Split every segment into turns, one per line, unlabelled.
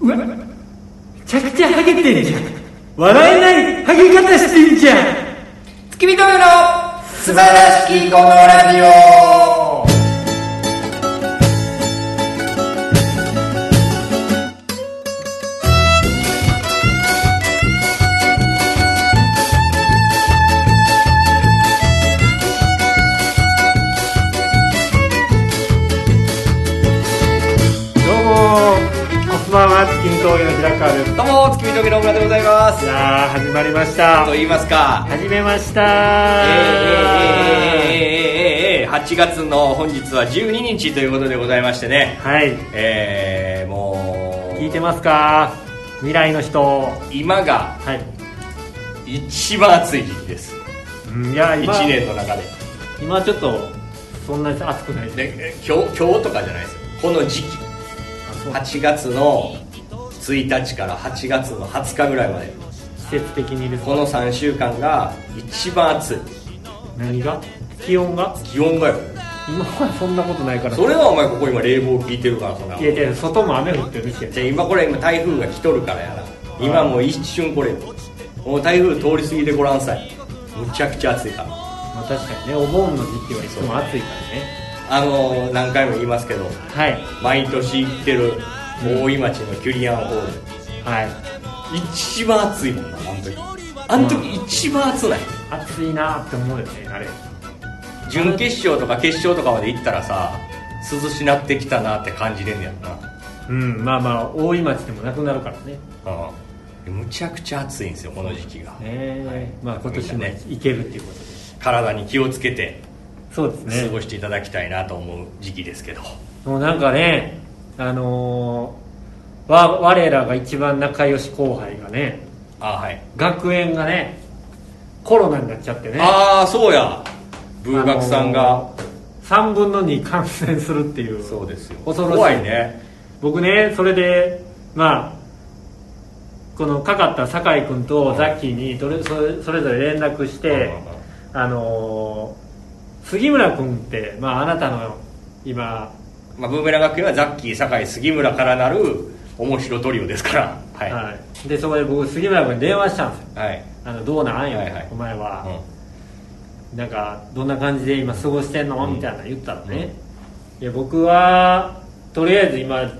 うわめちゃくちゃハゲてんじゃん笑えないハゲ方してんじゃん
月見峠の素晴らしきこのラジオ
どうもこんばんは月見峠の平川です
どうも月見峠の小倉でございます
いやー始まりました
と言いますか
始めました
え
ー
ーえーえーえーえーえーえー8月の本日は12日ということでございましてね
はい
えー、もう
聞いてますか未来の人は
今が
い、
一番暑い時期です
うん、いや
1
今
年の中で
今ちょっとそんなに暑くない
でえ今日今日とかじゃないですよこの時期
あそう
8月の1日から8月の20日ぐらいまで
季節的にです
こ
か
の3週間が一番暑い
何が気温が
気温がよ
今はそんなことないから
それはお前ここ今冷房効いてるからそんない
やいや外も雨降ってるし
じゃあ今これ今台風が来とるからやな今もう一瞬これもう台風通り過ぎてごらんさいむちゃくちゃ暑いから
まあ、確かにねお盆の時期はいつも暑いからね
あのー何回も言いますけど
はい
毎年行ってる大井町のキュリアンホール
はい
一番暑いもんなあの時あの時一番暑ない
暑いなーって思うよねあれ
準決勝とか決勝とかまで行ったらさ涼しなってきたなって感じれんねやろ
うんまあまあ大井町でもなくなるからね
なうんむちゃくちゃ暑いんですよこの時期が
ね
はい
まあ今年
みん
も
なね
行けるっていうことで
体に気をつけて
そうです
過
ね
ごしていただきたいなと思う時期ですけど、
もうなんかねあのー、わ我らが一番仲良し後輩がね
あはい
学園がねコロナになっちゃってね
ああそうや文学さんが、
あのー3分の2感染するっていう
そうですよ
恐ろしい
怖いね
僕ねそれでまあこのかかった酒井君とザッキーにどれそれそれぞれ連絡して、あのー杉村君って、まあ、あなたの今
うんまあ、ブーメラン学園はザッキー酒井杉村からなる面白トリオですからはいは
はい、でそこで僕杉村君に電話したんですよ
い、はい
あのどうなんよ、
はいはい
お前は、
う
なんかどんな感じで今過ごしてんの、
うん
みたいなの言ったらね、いや僕はとりあえず今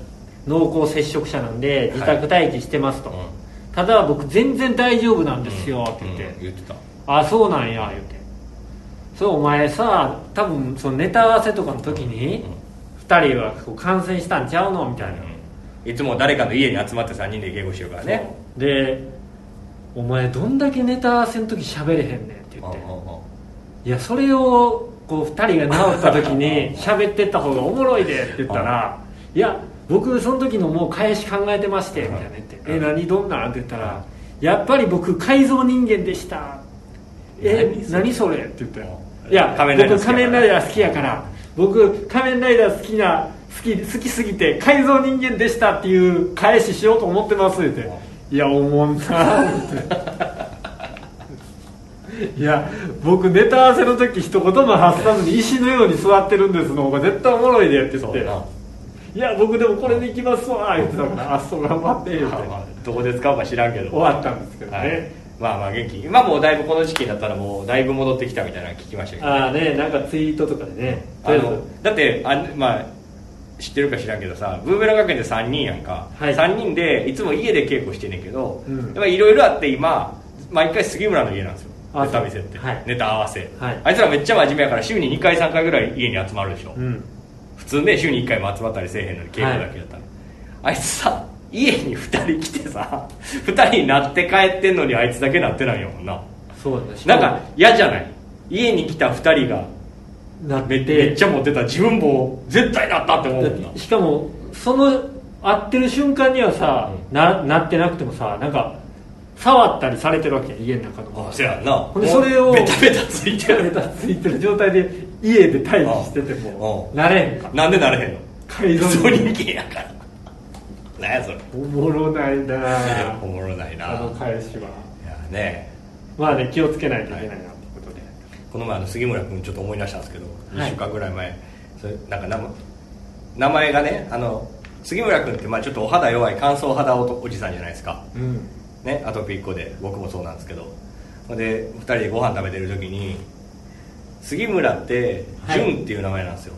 濃厚接触者なんで自宅待機してますと、
んうん
ただ僕全然大丈夫なんですよって言って、
うん言ってた
あそうなんや言うてそうお前さ多分そのネタ合わせとかの時に
うん
2人はこう感染したんちゃうのみたいな、
いつも誰かの家に集まって3人で稽古してるからね
そうでお前どんだけネタ合わせの時喋れへんねんって言って
うんうんうん
いやそれをこう2人が治った時 に喋ってった方がおもろいでって言ったらいや僕その時のもう返し考えてましてみたいな言って「
うん
え何どんなん?」って言ったら「やっぱり僕改造人間でした」え「え何
何
それ?」って言ったよ
うん
いや
仮面ライダー
僕仮面ライダー好きやから僕仮面ライダー好きな好き好きすぎて改造人間でしたっていう返ししようと思ってますって言って「いやおもんな」って。いや僕ネタ合わせの時一言も発さずに石のように座ってるんですの方が絶対おもろいでって言っ
そ
て
うな
「いや僕でもこれでいきますわ」言ってたから「あそう頑張って」言って
まあまあどこで使うか知らんけど
終わったんですけどね、
はい、まあまあ元気今もうだいぶこの時期になったらもうだいぶ戻ってきたみたいなの聞きましたけど
ああねなんかツイートとかでねと
あ
りあえ
のだってあまあ知ってるか知らんけどさブーメラン学園で3人やんか、
はい
3人でいつも家で稽古してんねんけど、
うん
やっぱいろいろあって今毎回杉村の家なんですよ
あ
ネタ見せって、
はい
ネタ合わせ、
はい
あいつらめっちゃ真面目やから週に2回3回ぐらい家に集まるでしょ、
ずうん
普通ね週に1回も集まったりせえへんのに稽古だけやったら、あいつさ家に2人来てさ2人になって帰ってんのにあいつだけなってないよもんな
そうだね
なんか嫌じゃない家に来た2人が
なって
めめっちゃ持ってたら自分も絶対なったって思うもんな
だってしかもその会ってる瞬間にはさ、ななってなくてもさなんか触ったりされてるわけや家の中の
あそやんな
ほんでそれを
ベタベタついて
ベ
る
タついてる状態で家で待機してても
うん
なれへんか
なんでなれへんの
改造
そう人間やからなんやそれ
おもろないなぁ
おもろないな
あの返しはい
やね
まあね気をつけないといけないなってことで、
この前あの杉村君ちょっと思い出したんですけど、
はい
1週間ぐらい前それなんか名前名前がねあの杉村君ってまあちょっとお肌弱い乾燥肌おとおじさんじゃないですか
うん
ねアトピーっ子で僕もそうなんですけどほんで2人でご飯食べてる時に杉村って
はい
潤っていう名前なんですよ、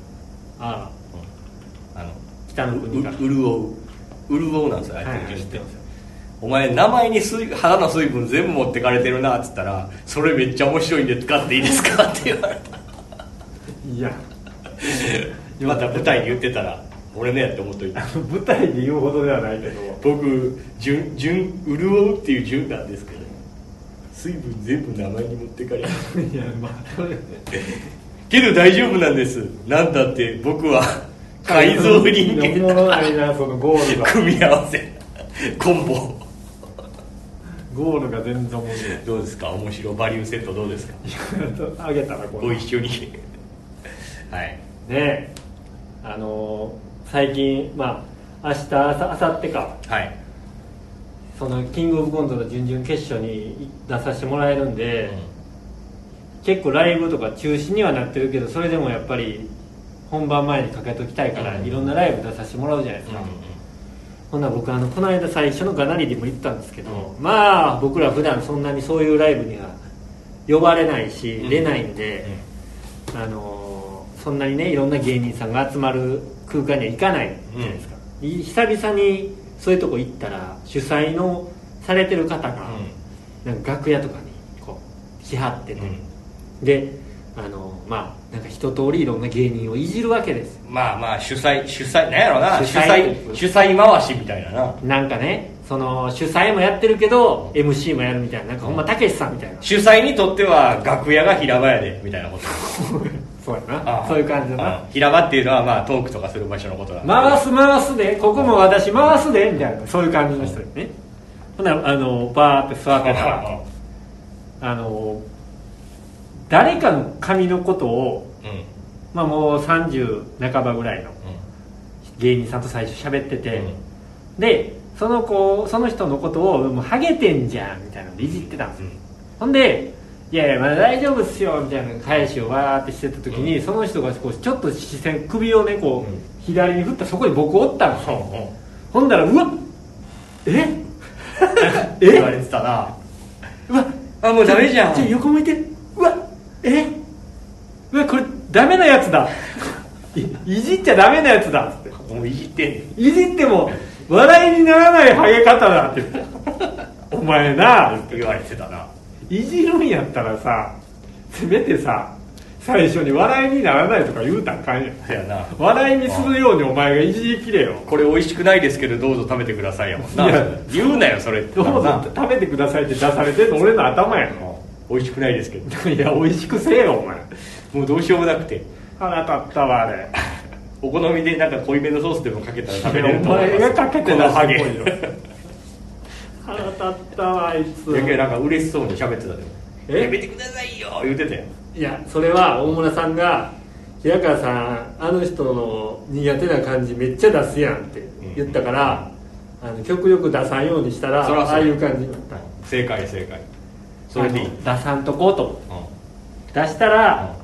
あ
あの
あ北の国から
うう潤う潤うなんですよあいつ
はいはい
の潤ってお前名前に水肌の水分全部持ってかれてるなっつったら「それめっちゃ面白いんで使っていいですか?」って言われた
いや
また舞台に言ってたら「俺ね」って思っといて
舞台で言うほどではないけど
僕純純潤うっていう純なんですけど水分全部名前に持ってかれる
いやまあそれ
けど大丈夫なんですなんだって僕 は改造人
本
間
物ないなそのゴールが
組み合わせコンボ
ゴールが全然面
どうですか面白バリューセットどうですか
白いあげたらこ
ご
れね
一緒にはい
えあのー最近まあ明日あさってか
はい
そのキングオブコントの準々決勝に出させてもらえるんで、結構ライブとか中止にはなってるけどそれでもやっぱり本番前にかけときたいから、
うん
いろんなライブ出させてもらうじゃないですか、ほんなら僕あのこの間最初のガナリでも行ったんですけど、
う
まあ僕ら普段そんなにそういうライブには呼ばれないし、
うん
出ないんで、あのーそんなにねいろんな芸人さんが集まる空間には行かないじゃないですか、い久々にそういうとこ行ったら主催のされてる方が、なんか楽屋とかにこう来はってて、であのーまあなんか一通りいろんな芸人をいじるわけですよ
まあまあ主催主催なんやろな
主
主
催
催主催回しみたいなな
なんかねその主催もやってるけど MC もやるみたいななんかほんまたけしさんみたいな
主催にとっては楽屋が平場やでみたいなこと
そうや
あ
な
あ
そういう感じだ
あ
な
あ平場っていうのはまあトークとかする場所のことだ
回す回すでここも私回すでみたいなそういう感じの人ですねほなあのバーって座ってたらあの誰かの髪のことを、
うんうん
まあ、もう30半ばぐらいの芸人さんと最初喋ってて、でその子その人のことを「もうハゲてんじゃん」みたいなのでいじってたんですよほんで「いやいやまだ大丈夫っすよ」みたいな返しをわーってしてた時に、その人がこうちょっと視線首をねこう、
うん
左に振ったらそこに僕おったんですよほんだらうわっ え
え言わ
え
れてたな
うわ
あもうダメじゃん
じゃあ横向いてうわえうわこれダメなやつだいいじっちゃダメなやつだっつっ
もういじってんねん
ていじっても笑いにならないハゲ方だって言って お前な
って言われてたない
じるんやったらさせめてさ最初に笑いにならないとか言うたんかんや
そやな
笑いにするようにお前がいじりきれよ
これ美味しくないですけどどうぞ食べてくださいやもんない
や
言うなよそれって
どうぞ食べてくださいって出されてんの俺の頭や
な美味しくないですけど
んいや美味しくせえよお前
もうどうしようもなくて
腹立ったわあれ
お好みでなんか濃いめのソースでもかけたら食べれる
お
と思いま
前
す
がかけて
こ
な
のハ
す
ゲ
ごいよ腹立ったわあいつ
だけどなんか嬉しそうに喋ってたで
え
もやめてくださいよ言うてたよ
いやそれは大村さんが平川さんあの人の苦手な感じめっちゃ出すやんって言ったから、あの極力出さんようにしたら
そらそう
ああいう感じになった
正解正解それでいい、うん
あの出さんとこうと思って出したら、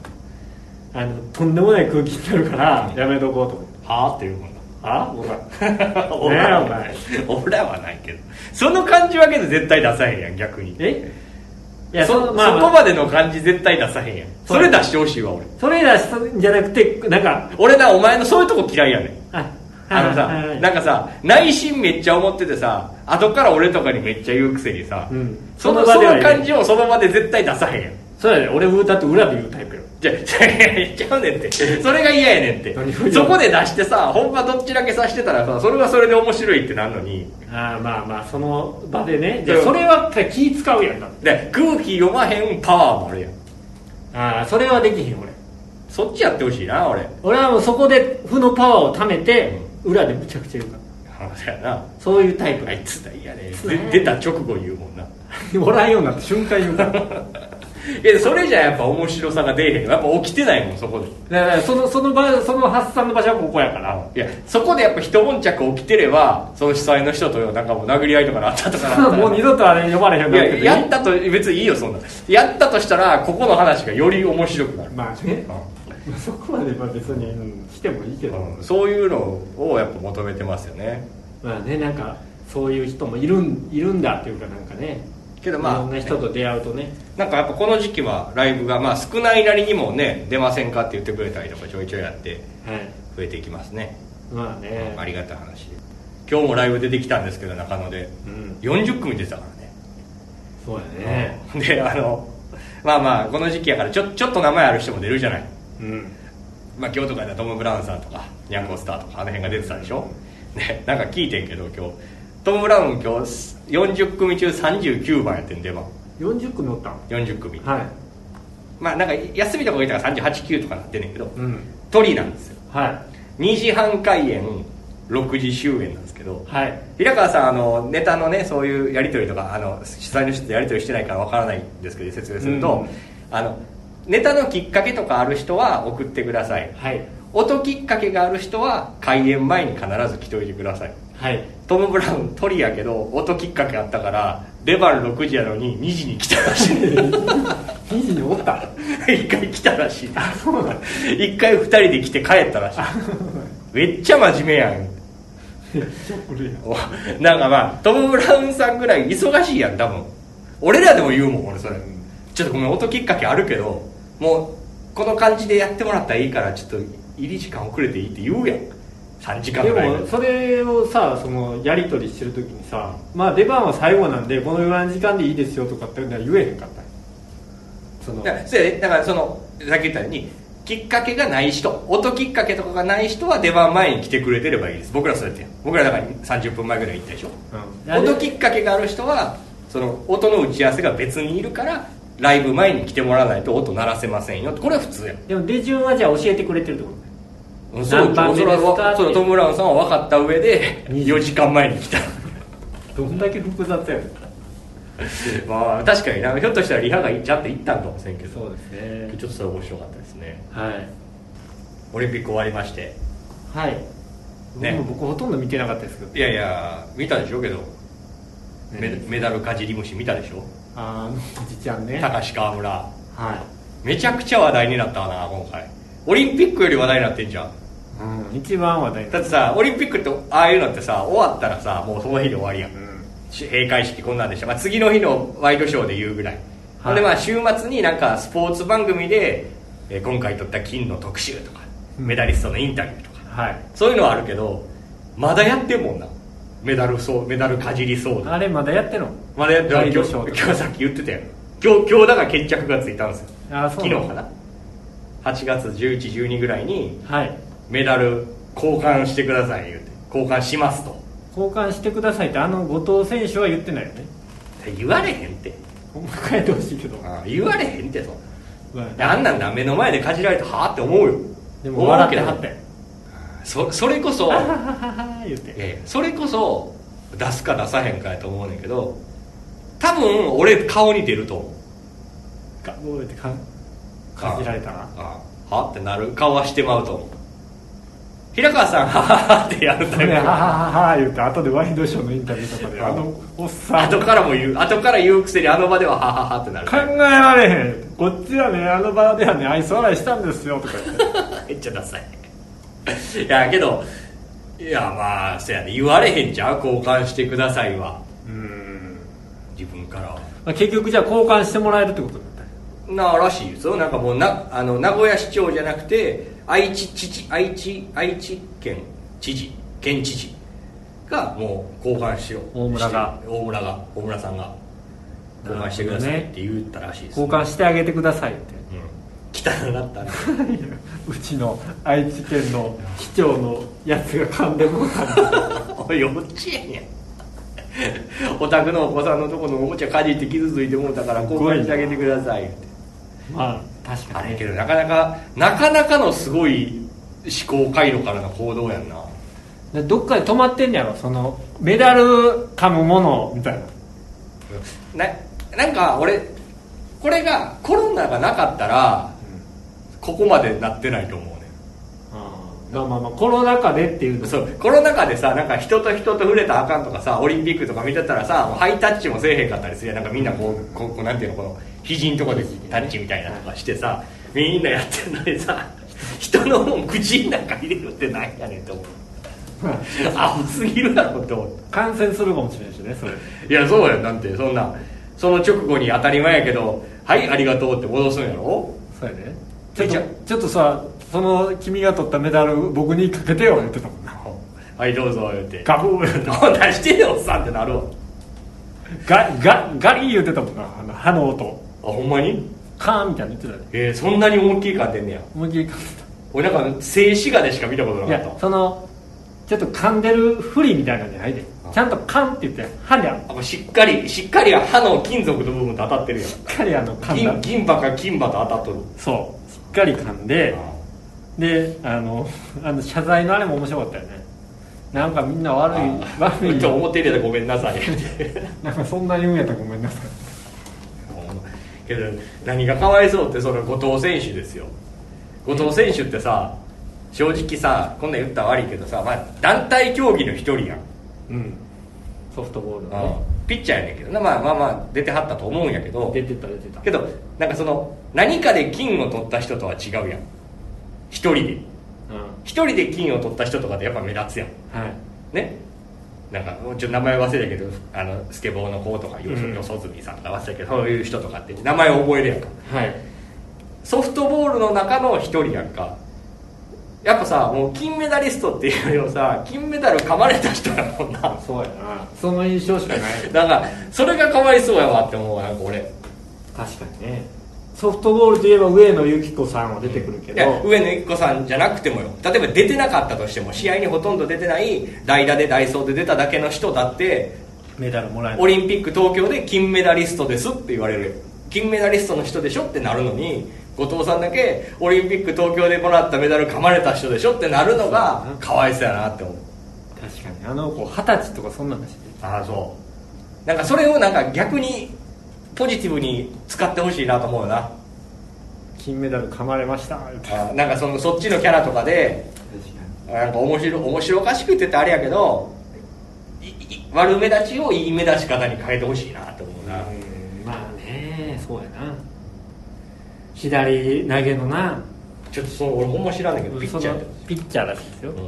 あのとんでもない空気になるからやめとこうと思って
はあっていうもんな
あ僕 は
俺らはない 俺らはないけどその感じはけど絶対出さへんやん逆に
えい
いや
や
そ
そ,、まあ
そこ
まあ、
までの感じ絶対出さへんやん
そう
それ出してほしいわ俺
それ出したんじゃなくてなんか
俺なお前のそういうとこ嫌いやねん
あ
あのさ、
はい
なんかさ内心めっちゃ思っててさ後から俺とかにめっちゃ言うくせにさ、
うん
そ
その
の
場
そ
では
の
言え
感じをその場で絶対出さへんやん
そうやで俺歌って裏で言うタイプよ
じゃ あ言っちゃ うねんってそれが嫌やねんって
何を言う
そこで出してさほんまどっちだけさしてたらさそれはそれで面白いってなんのに
ああまあまあその場でねじゃあそれは気使うやんだって
で空気読まへんパワーもあるやん
ああそれはできへん俺
そっちやってほしいな俺
俺はもうそこで負のパワーを貯めて裏でむちゃくちゃ言うから
そうやな
そういうタイプ
あ
がい
い
い
つだいやね
つだね
で出た直後言うもんな
笑いようになって瞬間言うからだか
いやそれじゃやっぱ面白さが出えへんやっぱ起きてないもんそこで
らそのその場その発散の場所はここやから
いやそこでやっぱ一悶着起きてればその主催の人となんかもう殴り合いとかなったとかなったら
もう二度とあれ呼ばれへんようになっ
い
て
や
て
やったと別にいいよそんなやったとしたらここの話がより面白くなる
まあね
うん
まあそこまでまあ別に、うん、来てもいいけど、
うんそういうのをやっぱ求めてますよね
まあねなんかそういう人もいるんいるんだっていうかなんかね
けど
い
ま
ろんな
あ
人と出会うとね
なんかやっぱこの時期はライブがまあ少ないなりにもね出ませんかって言ってくれたりとかちょいちょいやって
はい
増えていきますね、
まあね
ありがたい話で今日もライブ出てきたんですけど中野で
うん
40組出てたからね
そうやね
であのまあまあこの時期やからちょちょっと名前ある人も出るじゃない、
うん
まあ、今日とかやったらトム・ブラウンさんとかニャンコスターとかあの辺が出てたでしょねなんか聞いてんけど今日トム・ブラウン今日40組中39番やってん出番
40組おったん
40組
はい
まあなんか休みとか入れたら389とかなってんねんけど
うん
鳥なんですよ
は
2時半開演6時終演なんですけど
いはい
平川さんあのネタのねそういうやり取りとかあの主催の人とやり取りしてないからわからないんですけど説明すると、あのネタのきっかけとかある人は送ってください
はい
音きっかけがある人は開演前に必ず来といてください
はい
トム・ブラウン鳥やけど音きっかけあったから出番6時やのに2時に来たらしい ね
2時におった
一回来たらしいね
そうなん
一回二人で来て帰っ たらしいめっちゃ真面目やんお なんかまあトム・ブラウンさんぐらい忙しいやん多分俺らでも言うもん俺それ、ちょっとごめん音きっかけあるけどもうこの感じでやってもらったらいいからちょっと入り時間遅れていいって言うやん3時間
で
ぐらい
もそれをさそのやり取りしてる時にさまあ出番は最後なんでこのぐらいの時間でいいですよとかっていうのは言えへんかったんよその
だそうやねだからそのさっき言ったようにきっかけがない人音きっかけとかがない人は出番前に来てくれてればいいです僕らそうやってん僕らだから30分前ぐらいに行ったでしょ
うん
音きっかけがある人はその音の打ち合わせが別にいるからライブ前に来てもらわないと音鳴らせませんよこれは普通やん
でも出順はじゃあ教えてくれてるってことね
うんそう
何番目
それは
ですかって
そのトム・ブラウンさんは分かった上で4時間前に来た
どんだけ複雑やねん
まあ確かになひょっとしたらリハがちゃんと行ったんかもしれんけど
そうですね
ちょっとそれ面白かったですね
はい
オリンピック終わりまして
はい
ね
でも僕ほとんど見てなかったですけど
いやいや見たでしょうけど、メ
ね
メダルかじり虫見たでしょ
あのおじちゃんね
高橋川村
は
めちゃくちゃ話題になったわな今回オリンピックより話題になってんじゃん
い、うん、一番話題にな
だ
っ
ってさオリンピックってああいうのってさ終わったらさもうその日で終わりやん
たうん
し閉会式こんなんでした、まあ、次の日のワイドショーで言うぐらい、
はい
でまあ週末になんかスポーツ番組で、えー今回取った金の特集とか
うん
メダリストのインタビューとか
はい
そういうのはあるけどまだやってんもんなメダルそうメダルかじりそうだ
あれまだやってんの
まだやってる
ワイド
今日
ショーとか
今日さっき言ってたやん今日今日だから決着がついたんですよ
あそ
昨
う
日
なの
かな8月1112ぐらいに
はい
メダル交換してください言うて交換しますと
交換してくださいってあの後藤選手は言ってないよね
言われへんって
ほんま変えてほしいけど、
ああ言われへんってそん
まあ
なあんなんだ目の前でかじられてはあって思うよ
でも笑っては
思
っ
う
た
けど
よ
そそれこそ
あはははは言って
ええそれこそ出すか出さへんかやと思うねんけど多分俺顔に出ると思う
かおいってかかじられたな
ああはあってなる顔はしてまうと思う平川さんはははってやるタ
ねはは
イ
はは言って後でワイドショーのインタビューとかであのおっ
プ
さん
後からも言う後から言うくせにあの場でははははってなる
考えられへんこっちはねあの場ではね愛想笑いしたんですよとか言って
めっちゃダサいいやけどいやまあせやね言われへんじゃん交換してくださいは
うん、
自分からは
まあ、結局じゃあ交換してもらえるってことだったね
なあらしいですよなんかもうなあの名古屋市長じゃなくて愛知知事愛知愛知県知事県知事がもう交換しよう
大村が
して大村が大村さんが交換してくださいって言ったらしいです、
交換してあげてくださいって
うん汚なったね
うちの愛知県の市長のやつが噛んでもうたんです
おい幼稚園やんお宅のお子さんのとこのおもちゃかじって傷ついてもうたから交換してあげてくださいって
まあ確
あ
か
れ
に
けどなかなかなかなかのすごい思考回路からの行動やんな
でどっかで止まってんねやろそのメダル噛むものみたいな
ななんか俺これがコロナがなかったらここまでなってないと思うね
まあまあまあコロナ禍でっていうの
そうコロナ禍でさなんか人と人と触れたらあかんとかさオリンピックとか見てたらさもうハイタッチもせえへんかったりするやんなんかみんなこうこうこうなんていうのこの肘んとこでタッチみたいなとかしてさみんなやってんのにさ
一
人のもん口の中入れるってなんやねんと思う
まあ
青すぎるだろって思っ
感染するかもしれないしねそれ
たいやそうやんなんてそんなその直後に当たり前やけど「はいありがとう」って戻すんやろ
そうやねちょ
え
っ
じ
と
ゃ
ちょっとさその君が取ったメダル僕にかけてよ言ってたもんな
はいどうぞ言うて
ガブ ー
「どう出してよおっさん」ってなるわ
ガガガリー言ってたもんなあの歯の音
あほんまに
カーンみたいなの言ってたね
えー、そんなに思いっきり噛んでんねや
思いっきり噛んで
俺なんか静止画でしか見たこと
たい
なか
や
った
そのちょっと噛んでるふりみたいなのじゃないで
あ
ちゃんとカンって言って歯でし
あもうしっかりしっかり歯の金属の部分と当たってるやん
っかりあの噛んだ
銀銀歯か金歯と当たっとる
そうしっかり噛んでであの あの謝罪のあれも面白かったよねなんかみんな悪い悪
うん
い
ちょ表入れたらごめんなさい
なんかそんなに言うんやったらごめんなさい
けど何がかわいそうってその後藤選手ですよ後藤選手ってさ正直さこんなん言ったら悪いけどさ、まあ、団体競技の一人やん、
うんソフトボールのね
ピッチャーやねんけどなまあまあまあ出てはったと思うんやけど
出てた出てた
けどなんかその何かで金を取った人とは違うやん一人で
うん
一人で金を取った人とかってやっぱ目立つやん
はい
ねなんかちょっと名前忘れたけどあのスケボーの子とかよそ
うん
よそずみさんが忘れたけどそういう人とかって名前を覚えるやんか
はい
ソフトボールの中の一人やんかやっぱさもう金メダリストっていうよりもさ金メダル噛まれた人やもんなだか
そうやなその印象しかない
らそれがかわいそうやわって思うわなんか俺
確かにねソフトボールといえば上野由岐子さんは出てくるけ
い
ど、
や上野由岐子さんじゃなくてもよ例えば出てなかったとしても試合にほとんど出てない代打でダイソーで出ただけの人だって
メダルもらえ
オリンピック東京で金メダリストですって言われる金メダリストの人でしょってなるのに後藤さんだけオリンピック東京でもらったメダル噛まれた人でしょってなるの
そ
が
うだな
かわいそうやなって思う
確かにあの子二十歳とかそんなんだしね
ああそうなんかそれをなんか逆にポジティブに使ってほしいなと思うな
金メダル噛まれました言うて
あなんかそのそっちのキャラとかでなんか面白面白おかしく言っててあれやけどいい悪目立ちをいい目立ち方に変えてほしいなと思うな、
うんまあねそうやな左投げのな
ちょっとその俺ほんま知らんねんけどピッチャーやって
そのピッチャーらしいですよ、
うん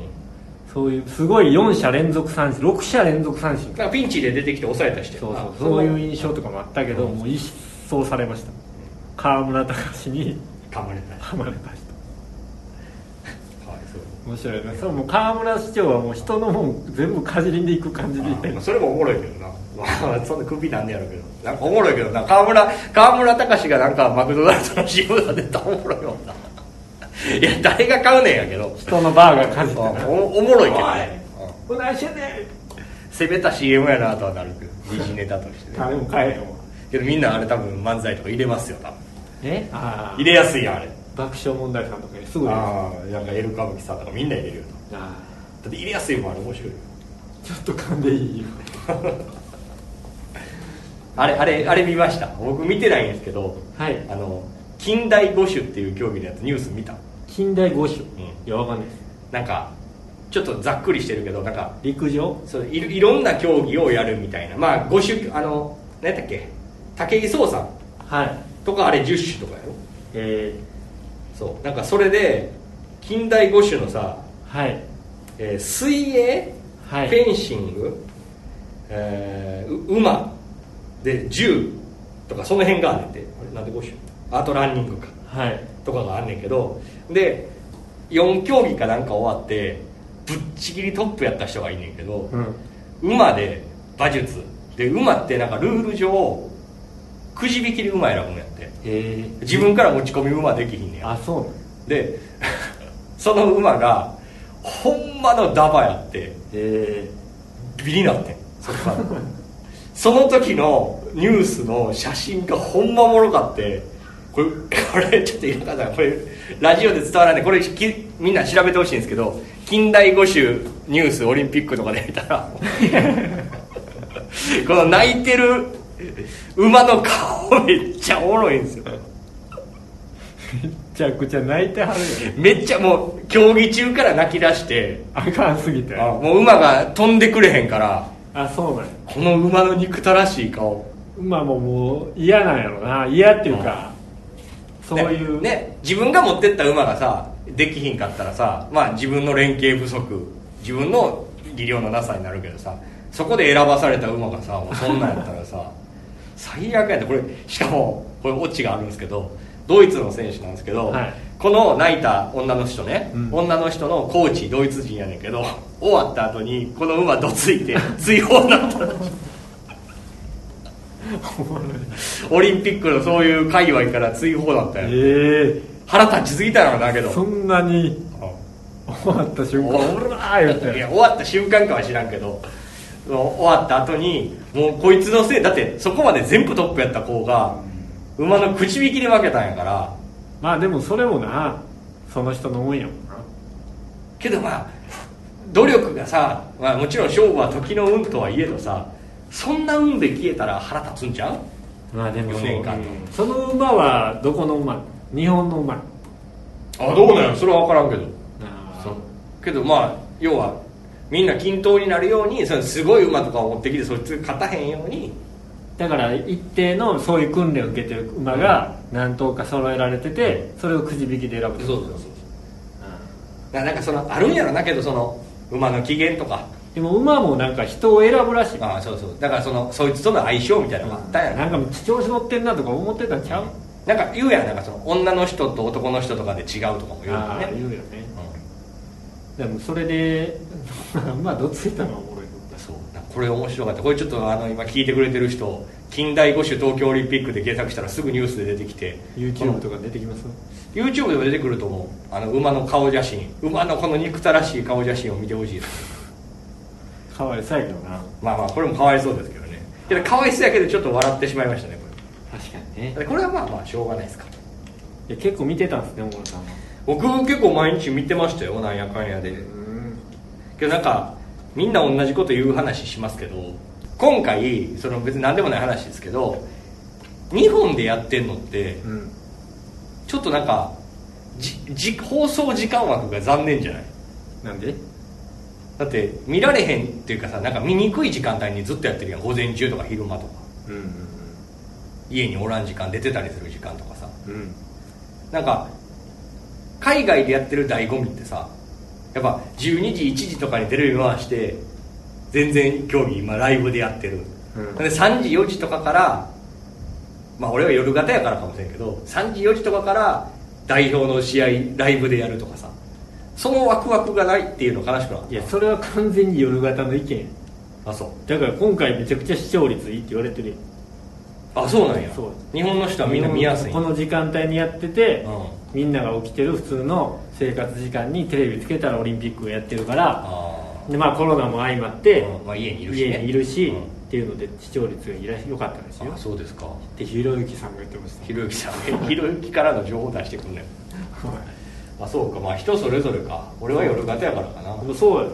そういうすごい4者連続三振6者連続三振
なんかピンチで出てきて抑えたりして
そうそう
あ
そういう
の
印象とかもあったけど、もう一掃されました河村隆に
噛まれたり
はまれた人
かわいそう
面白いなそうもう河村市長はもう人のもん全部かじりんでいく感じでい
あ
た
でもそれもおもろいけどなまあそんな首なんねやろうけどなんかおもろいけどな河村河村隆がなんかマクドナルドの CM が出たらおもろいもん ないや誰が買うねんやけど
人のバーがかじって
お
な
おもろいけどねうん
おなしてね
攻めた CM やなとはなるけど時事ネタとしてね
誰も帰れへんわ
けどみんなあれ多分漫才とか入れますよ多分
えあ
入れやすいやんあれ
あ爆笑問題さんとかにすぐあ
ああなんかエル歌舞伎さんとかみんな入れるよな
あ
だって入れやすいもんあれ面白いよ
ちょっと噛んでいいよ
あれあれあれ見ました僕見てないんですけど
はい
あの近代五種っていう競技のやつニュース見た
近代五種、
ん
いやわかんないです
なんかちょっとざっくりしてるけどなんか
陸上
そういろいろんな競技をやるみたいなまあ五種あの何やったっけ武井壮さん
はい
とかあれ十種とかやろ
え
そうなんかそれで近代五種のさ、
ー、はい
えー水泳、
はい
フェンシング、えーう馬で銃とかその辺があんねんてあれなんで五種あとランニングか
はい
とかがあんねんけどで4競技かなんか終わってぶっちぎりトップやった人がいんねんけど、
うん
馬で馬術で馬ってなんかルール上くじ引きで馬選ぶんやって
えー、
自分から持ち込み馬できひんね
あ
や
そうなの
で その馬がほんまのダバやって
え
ビリなってんそっからその時のニュースの写真がほんまおもろかってこれこれちょっと言い方がこれラジオで伝わらないこれきみんな調べてほしいんですけど近代五種ニュースオリンピックとかで見たら この泣いてる馬の顔めっちゃおもろいんですよ
ー、めちゃくちゃ泣いてはるやん
めっちゃもう競技中から泣き出して
あかんすぎて
あもう馬が飛んでくれへんから
あそうなんや
この馬の憎たらしい顔
まあもうもう嫌なんやろな嫌っていうかそういう
ねね自分が持ってった馬がさできひんかったらさまあ自分の連携不足自分の技量のなさになるけどさそこで選ばされた馬がさもうそんなんやったらさ 最悪やったこれしかもこれオチがあるんですけどドイツの選手なんですけど、
はい
この泣いた女の人ね、
うん
女の人のコーチドイツ人やねんけど終わった後にこの馬どついて 追放になったらしいオリンピックのそういう界隈から追放だったよ、
え
腹立ちすぎたのかなけ
え
ど
そんなに
う
終わった瞬間
お
おらー言っ
んい
て
や終わった瞬間かは知らんけどその終わった後にもうこいつのせいだってそこまで全部トップやった子が馬の口引きで負けたんやから
まあでもそれもなその人の運やもんな
けどまあ努力がさ、まあ、もちろん勝負は時の運とはいえどさそんな運で消えたら腹立つんちゃう
まあでも
四年間の
その馬はどこの馬日本の馬あ
あどうなんやそれは分からんけど
あ
そうけどまあ要はみんな均等になるようにそのすごい馬とかを持ってきてそいつ勝たへんように
だから一定のそういう訓練を受けてる馬が何頭か揃えられててそれをくじ引きで選ぶ
そうそうそうななんかそのあるんやろなけどその馬の機嫌とか
でも馬もなんか人を選ぶらしい
ああそうそうだからそのそいつとの相性みたいなのがあったんやな
なんか貴重し乗ってんなとか思ってたんちゃう
なんか言うやんなんかその女の人と男の人とかで違うとかも言うも
あ
ん
あ言
ね
うよね
う
でもそれで まあどついたのはおもろい
んそうなんかこれ面白かったこれちょっとあの今聞いてくれてる人近代五種東京オリンピックで検索したらすぐニュースで出てきて
YouTube とか出てきます
YouTube でも出てくると思うあの馬の顔写真馬のこの憎たらしい顔写真を見てほしいです
かわいそうやけどな
まあまあこれもかわいそうですけどねけどかわいそうやけどちょっと笑ってしまいましたねこ
確かにね
れこれはまあまあしょうがないですか
いや結構見てたんですね小野さんは
僕結構毎日見てましたよなんやかんやで
うん
けどなんかみんな同じこと言う話しますけど今回その別に何でもない話ですけど日本でやってんのって
うん
ちょっとなんかじじ放送時間枠が残念じゃない
なんで
だって見られへんっていうかさなんか見にくい時間帯にずっとやってるやん午前中とか昼間とか
うんうん
家におらん時間出てたりする時間とかさ
うんうん
なんか海外でやってる醍醐味ってさやっぱ12時1時とかにテレビ回して全然競技今ライブでやってる、
うん
で3時4時とかからまあ俺は夜型やからかもしれんけど3時4時とかから代表の試合ライブでやるとかさそのワクワクがないっていうの悲しくなかっ
い
た
やそれは完全に夜型の意見
あそう
だから今回めちゃくちゃ視聴率いいって言われてるよ
あそうなんや
そう
日本の人はみんな見やすい
この時間帯にやってて、
うん
みんなが起きてる普通の生活時間にテレビつけたらオリンピックをやってるから
あ
でまあコロナも相まって、
うんまあ家にいるしね
家にいるし、
う
っ
ん
ていうので視聴率がいら良かったんです
ー
よ
あそうですか
ってひろゆきさんが言ってました
ひろゆきさん ひろゆきからの情報出してくんねん
はい
あそうかまあ人それぞれか俺は夜型やからかな
でもそうやろ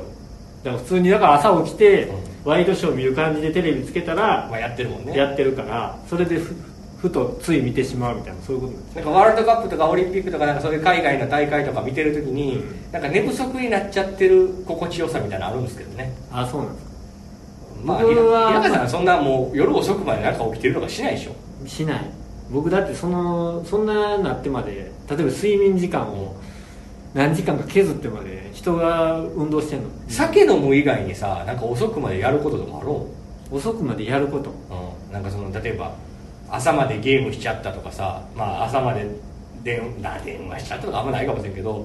だから普通にだから朝起きて、
う
ワイドショー見る感じでテレビつけたら
まあやってるもんね
やってるからそれでふふとつい見てしまうみたいなそういうことなんです
なんかワールドカップとかオリンピックとかなんかそういう海外の大会とか見てるときに、
うん
なんか寝不足になっちゃってる心地よさみたいなのあるんですけどね
あそうなんですか
まあ
僕は
平川さんはそんなもう夜遅くまでなんか起きてるとかしないでしょ
しない僕だってそのそんななってまで例えば睡眠時間を何時間か削ってまで人が運動してんの
酒飲む以外にさなんか遅くまでやることとかあろ
遅くまでやること
う、うん、なんかその例えば朝までゲームしちゃったとかさまあ朝まで電な電話しちゃったとかあんまないかもしれんけど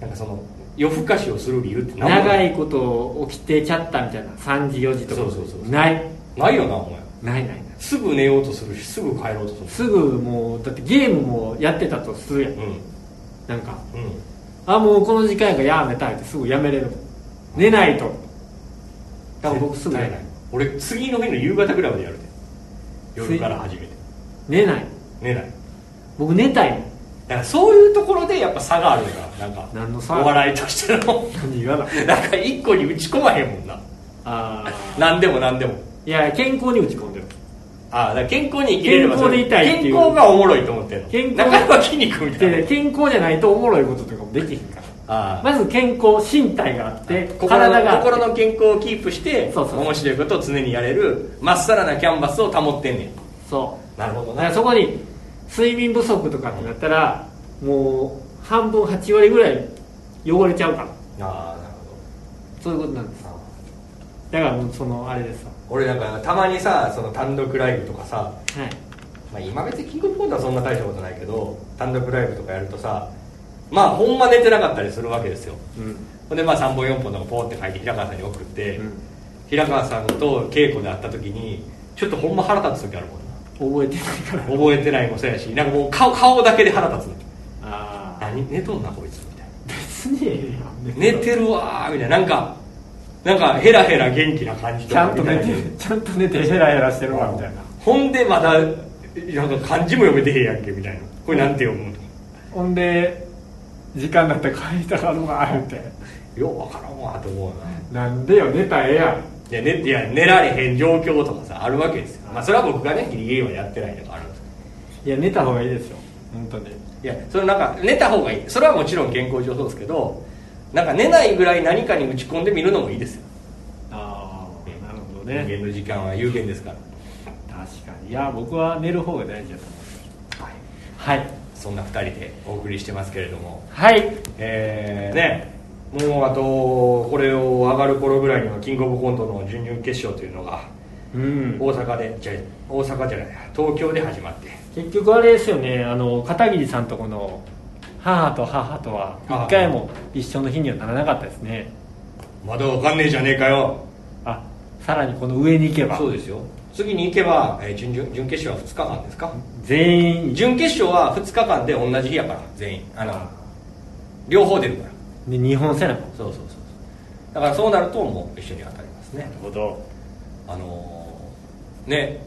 なんかその夜更かしをする理由って何もない
長いこと起きてちゃったみたいな3時4時とか
そうそうそうそう
ない
ないよなお前
ないないない
すぐ寝ようとするしすぐ帰ろうとす
すぐもうだってゲームもやってたとするやん
るうん
なんか
うん
あもうこの時間やからやめたいってすぐやめれるもん寝ないとだから僕すぐや
絶
め
対な
ないい
俺次の日の夕方ぐらいまでやるで夜
つい
から始めて
寝ない
寝ない
僕寝たいもん
だからそういうところでやっぱ差があるからなんか
何の差
お笑いとしての
何言わな
なんか一個に打ち込まへんもんな
ああ
何でも何でも
いや健康に打ち込んでる
ああだから健康に生きれれば
健康でいたいっていう
健康がおもろいと思ってる
健
の
康
中身は筋肉みたい
で
な
健康じゃないとおもろいこととかもできへんから
ああ
まず健康身体があって
心
体が
の
あって
心の健康をキープして
そうそうそう
面白いことを常にやれるまっさらなキャンバスを保ってんねん
そ
なるほど
うだからそこに睡眠不足とかってなったらもう半分8割ぐらい汚れちゃうから
ああなる
そ
ほど
ういうことなんですだからもうそのあれですわ
俺なんかたまにさその単独ライブとかさ、
はい
まあ、今別にキングオブコントはそんな大したことないけど単独ライブとかやるとさまあほんま寝てなかったりするわけですよほんでまあ3本4本とかポーって書いて平川さんに送って、
うん
平川さんと稽古で会った時にちょっとほんま腹立つ時あるもんな
覚えてないから
覚えてないもそうやしなんかもう顔顔だけで腹立つ
ああ
何寝とんなこいつみ
別
たいな
にええやん別に
寝てるわーみたいななんかなんかヘラヘラ元気な感じ
ちゃんと
みたい
寝
な
てちゃんと寝てヘラヘラしてるわみたいな
ほんでまだなんか漢字も読めてへんやんけみたいなこれなんて読むの
ほんで時間だったら帰りたかろうがあるって
ようわからんわと思うな
なんでよ寝たらええやん
いや,、ね、いや寝られへん状況とかさあるわけですよまあそれは僕がねギリギリはやってないとかあるんです
いや寝た方がいいですよ本当に
けどいやそのなんか寝た方がいいそれはもちろん健康上そうですけどなんか寝ないぐらい何かに打ち込んでみるのもいいですよ
ああなるほど
人
ね
間の時間は有限ですから
確かにいや僕は寝る方が大事だと思う
はい
はい
そんな2人でお送りしてますけれども
はい
えー、ねもうあとこれを上がる頃ぐらいにはキングオブコントの準々決勝というのが
うん
大阪でじゃ大阪じゃない東京で始まって
結局あれですよねあの片桐さんとこの母と母とは
あ
一回も一緒の日にはならなかったですね
まだわかんねえじゃねえかよ
あさらにこの上に行けば
そうですよ次に行けば、えー準々準決勝は2日間ですか
全員
準決勝は2日間で同じ日やから全員あの両方出るから
で日本戦なの
そうそうそうだからそうなるともう一緒に当たりますね
ほど
あのーね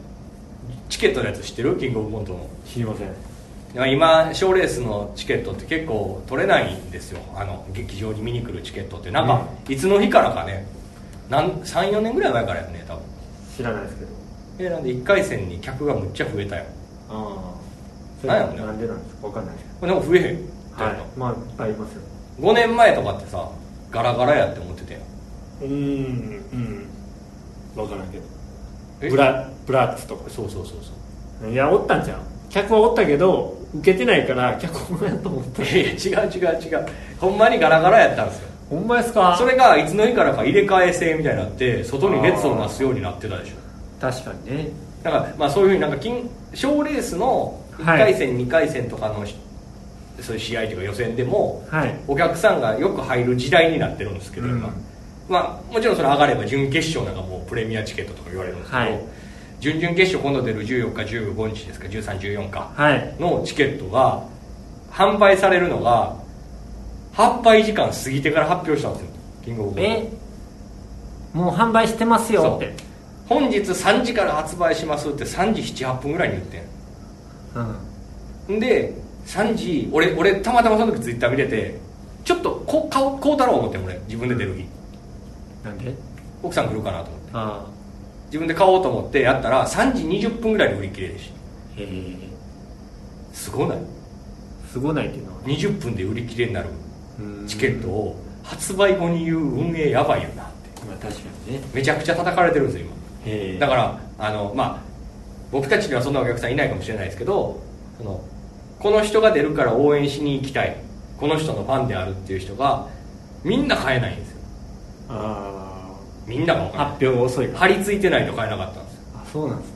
チケットのやつ知ってるキングオブコントの
知りません
いや今賞ーレースのチケットって結構取れないんですよあの劇場に見に来るチケットってなんか、いつの日からかね34年ぐらい前からやね多分
知らないですけど
えなんで1回戦に客がむっちゃ増えたよ
ああ
なんやろね
なんでなんですかわかんないです
これなんか増えへんって
けどはいまあいっぱいいますよ
5年前とかってさガラガラやって思ってたよ
うんうん分からんけど
え
ブラブラッツとか
そうそうそうそう
いやおったんじゃん客はおったけど受けてないから客もやと思った
いや違う違う違うほんまにガラガラやったんですよ
ほんまですか
それがいつの日からか入れ替え制みたいになって外に列をなすようになってたでしょ
確かにね
だからまあそういうふうになんか金賞レースの1回戦、2回戦とかのしそういう試合というか予選でも
はい
お客さんがよく入る時代になってるんですけど、今
うん
まあもちろんそれ上がれば準決勝なんかもうプレミアチケットとか言われるんですけど、
はい
準々決勝今度出る14日15日ですか1314か
はい
のチケットが販売されるのが販売時間過ぎてから発表したんですよキングオブコント
えもう販売してますよって
本日3時から発売しますって3時78分ぐらいに言ってん
うん
んで3時俺俺たまたまその時ツイッター見ててちょっとこ顔こうだろう思ってん俺自分で出る日
なんで
奥さん来るかなと思って
ああ
自分で買おうと思ってやったら3時20分ぐらいで売り切れるし
へえ
すごない
すごないっていうのは
20分で売り切れになる
うん
チケットを発売後に言う運営やばいよなって
まあ確かにね
めちゃくちゃ叩かれてるんですよ今
へえ
だからあの、まあ、僕たちにはそんなお客さんいないかもしれないですけどそのこの人が出るから応援しに行きたいこの人のファンであるっていう人がみんな買えないんですよ
あ
みんなが分
あ
かんな
発表が遅い
い
から
張り付いてないと買えなかったんですよ
あそうなんですね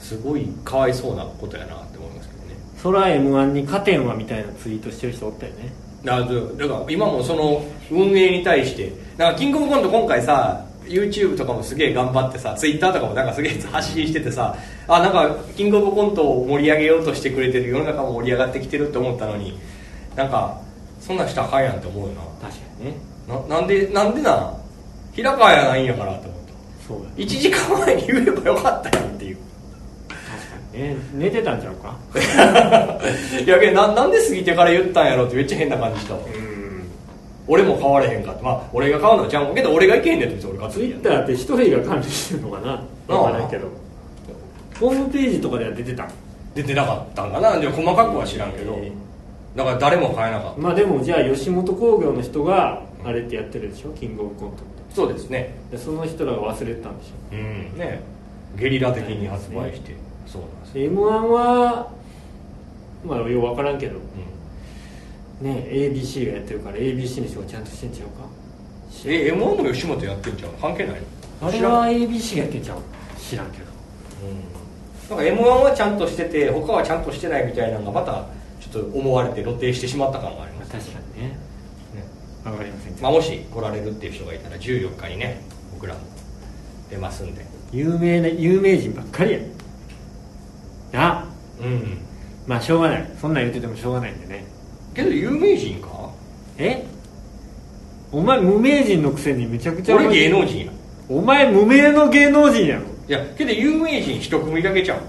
すごいかわいそうなことやなって思いますけどね
そら m 1に勝てんわみたいなツイートしてる人おったよね
だだから今もその運営に対してなんかキングオブコント今回さ YouTube とかもすげえ頑張ってさ Twitter とかもなんかすげえ発信しててさあなんかキングオブコントを盛り上げようとしてくれてる世の中も盛り上がってきてるって思ったのになんかそんなんしたらあかんやんって思うよ
確かにね
なななんでなんでなん平川やないんやからって思った
そうだね
1時間前に言えばよかったやんっていう
え寝てたんちゃうか
いやけどななんで過ぎてから言ったんやろってめっちゃ変な感じしたわ
うん
俺も買われへんかってまあ俺が買うのはちゃうんけど俺がいけへんねんって別に俺買っ
ツ
て
イ
いいや
ッ
ん
ターって一人が管理してるのかなわからんけどホームページとかでは出てた
出てなかったんかなでも細かくは知らんけどだから誰も買えなかっ
まあでもじゃあ吉本興業の人があれってやってるでしょキングオブコントって
たそうですね
でその人らが忘れてたんでしょ
うんねゲリラ的に発売して、そうなんですよ、
m 1はまあよう分からんけどね ABC がやってるから ABC の人がちゃんとしてんちゃうか
え m 1も吉本やってんちゃうの関係ないの
あれ
知らん
は ABC がやってんちゃう知らんけど
なんか m 1はちゃんとしてて他はちゃんとしてないみたいなのがまたちょっと思われて露呈してしまった感がありますね、
確かにねわかりませんけど
まあ、もし来られるっていう人がいたら14日にね僕らも出ますんで
有名な有名人ばっかりやな
うん
まあしょうがないそんなん言っててもしょうがないんでね
けど有名人か
えお前無名人のくせにめちゃくちゃ
俺芸能人や
お前無名の芸能人やろ
いやけど有名人一組だけちゃう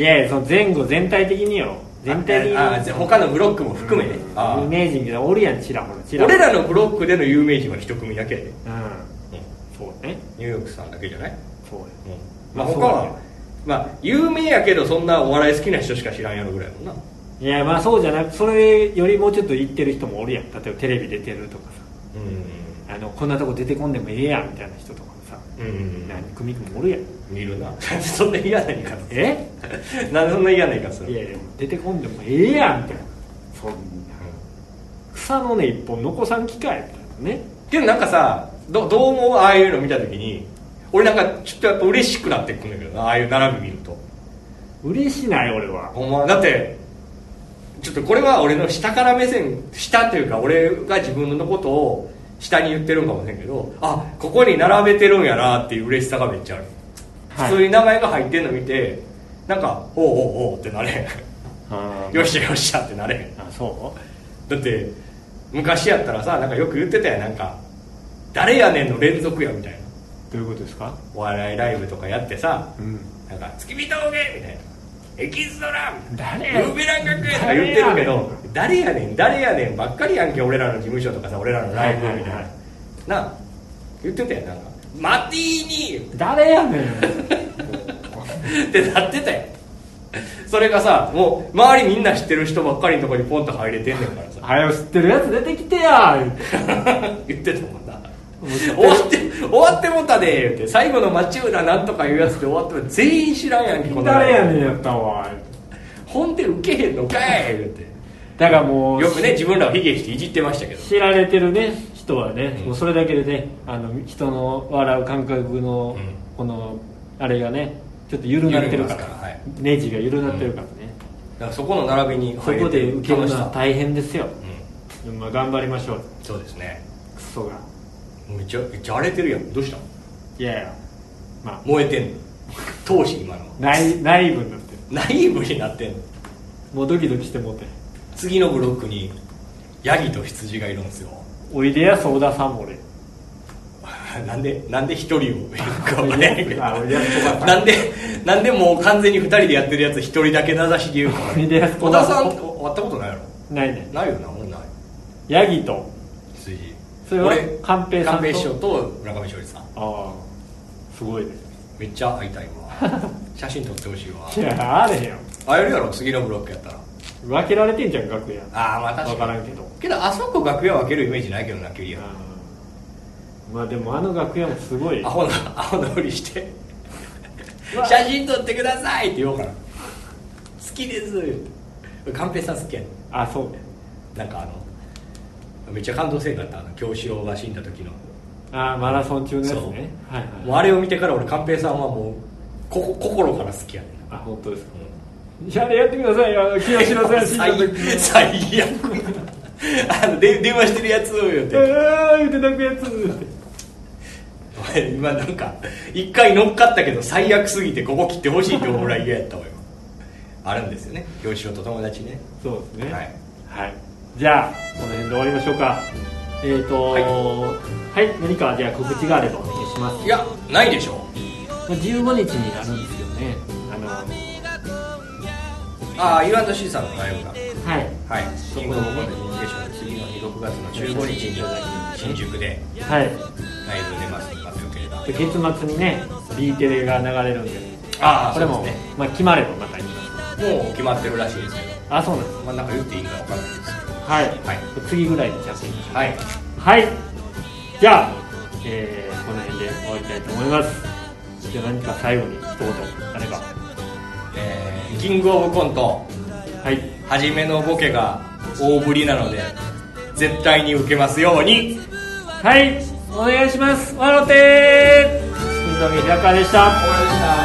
いやいやその前後全体的によ全体的に
ああぜ他のブロックも含めねあ
有名人がおるやんちらほらち
ー
らほ
俺らのブロックでの有名人は一組だけやで、うん、
うんそうね
ニューヨークさんだけじゃない
そうやま
まあ
あ
他
そう
は
だね
まあ有名やけどそんなお笑い好きな人しか知らんやろぐらいやもんない
やまあそうじゃなくそれよりもうちょっと言ってる人もおるやん例えばテレビ出てるとか
う
さあのこんなとこ出てこんでもええやんみたいな人とかもさ
んうん
何組もおるやん
見るな そんな嫌な言い方する
え
なんでそんな嫌な言い方する
いやいや出てこんでもええやんみたいなそんな草の根一本残さん機会みたいなね
けどなんかさどどう思うああいうの見た時に俺なんかちょっとやっぱ嬉しくなってくんだけどなああいう並び見ると
嬉しない俺は
ほんまだってちょっとこれは俺の下から目線下というか俺が自分のことを下に言ってるんかもしれんけどあここに並べてるんやなっていう嬉しさがめっちゃある、
はい
普通に名前が入ってんの見てなんかおうおうおうってなれへ
あ
んよっしゃよっしゃってなれへん
あそう
だって昔やったらさなんかよく言ってたやんなんか「誰やねん」の連続やみたいな
どういうことですか
お笑いライブとかやってさ
うん
なんか「月見峠」みたいな「エキストラ」みたいな
誰
「ルーベラン学園」とか言ってるけど「誰やねん誰やねん」ばっかりやんけ俺らの事務所とかさ俺らのライブみたい
はいはいは
ななあ言ってたやんなんか「マティーニ
誰やねん
ー」ってなってたやんそれがさもう周りみんな知ってる人ばっかりのとこにポンと入れてんねんからさ
はよ知ってるやつ出てきてや言うて
言ってたもんな終わって終わってもうたで言って最後の町浦なんとかいうやつで終わっても全員知らんやんけこの
誰やねんやったわ言うて
ほんで受けへんのかい言って
だからもう
よくね自分らを卑下していじってましたけど
知られてるね人はね、
うん
もうそれだけでねあの人の笑う感覚の、
うん
このあれがねちょっと緩なってるから
緩みますからはい
ネジが緩なってるからね、
だからそこの並びに
そこで受けるのは
楽しさ
大変ですよ、
う
まあ、頑張りましょうん
そうですね
クソが
めっちゃめっちゃ荒れてるやんどうしたの
いやいやま
燃えてんの当時今の
あ内内部になってる
ナイーブになってんの
もうドキドキしてもうて
次のブロックにヤギと羊がいるんですよ
おいでや相田さんも俺
なんでなんで一 人を頑張れ
あおいでやすこがさん
なんで、なんでもう完全に2人でやってるやつ1人だけ名指しで言うか
おいでやす
ら。
こ
小
が
田
さ
さ
ん
ん、終わったことないやろ
ないね
ないよな、俺ない。
ヤギと
羊。
それは
俺
寛平さんと
寛平師匠と村上勝利さん。
ああすごいね
めっちゃ会いたい わ。写真撮ってほしい
い
わ。
やあれへんよ
会えるやろ、次のブロックやったら。
分けられてんじゃん楽屋
ああ、まあ確
分
か
か
に。
らんけど
けど、あそこ楽屋分けるイメージないけどな、キュリア。
うんまあでもあの楽屋もすごい
アホな、ア ホなふりして。
うわ
写真撮ってくださいって言おうから。好きです言って。寛平さん好きやねん。
あそうね
なんかあのめっちゃ感動せんかったあの京志郎が死んだ時の、
あマラソン中のやつ
そう
ねはいはい
もうあれを見てから俺寛平さんはもうここ心から好きやねん
あ本当ですかいやあれやってくださいよ清志郎さん死んだ時
最最悪 あので電話してるやつを言う
え
て
ー言って泣くやつって
お前 今なんか一回乗っかったけど最悪すぎてここ切ってほしいって俺は嫌やったわよあるんですよね京志郎と友達ね
そうですね
はい、
はいじゃあこの辺で終わりましょうかえーと
はい
はい、何かじゃあ告知があればお願いします
いやないでしょ
まあ15日になるんですよねあのは
ああイワンとシーさんのライブが
い
はい新婚のコンビニケーションで次の日6月の15日に新宿で
はい
ライブ出ますますよければ
で月末にね B テレが流れるんで
ああ
こ
そ
れ
れ
も、
もね
まあ、決まればまた言います
もう決まってるらしいですけど
あそうなんです
まあなんか言っていいんかわかんないですけど
はい、
はい
次ぐらいにちゃんと言いましょ
はい、
うはいじゃあ、えーこの辺で終わりたいと思いますじゃあ何か最後に一言あれば
えーキングオブコント
はい
初めのボケが大ぶりなので絶対に受けますように
はいお願いします笑って水戸木平川でした
でした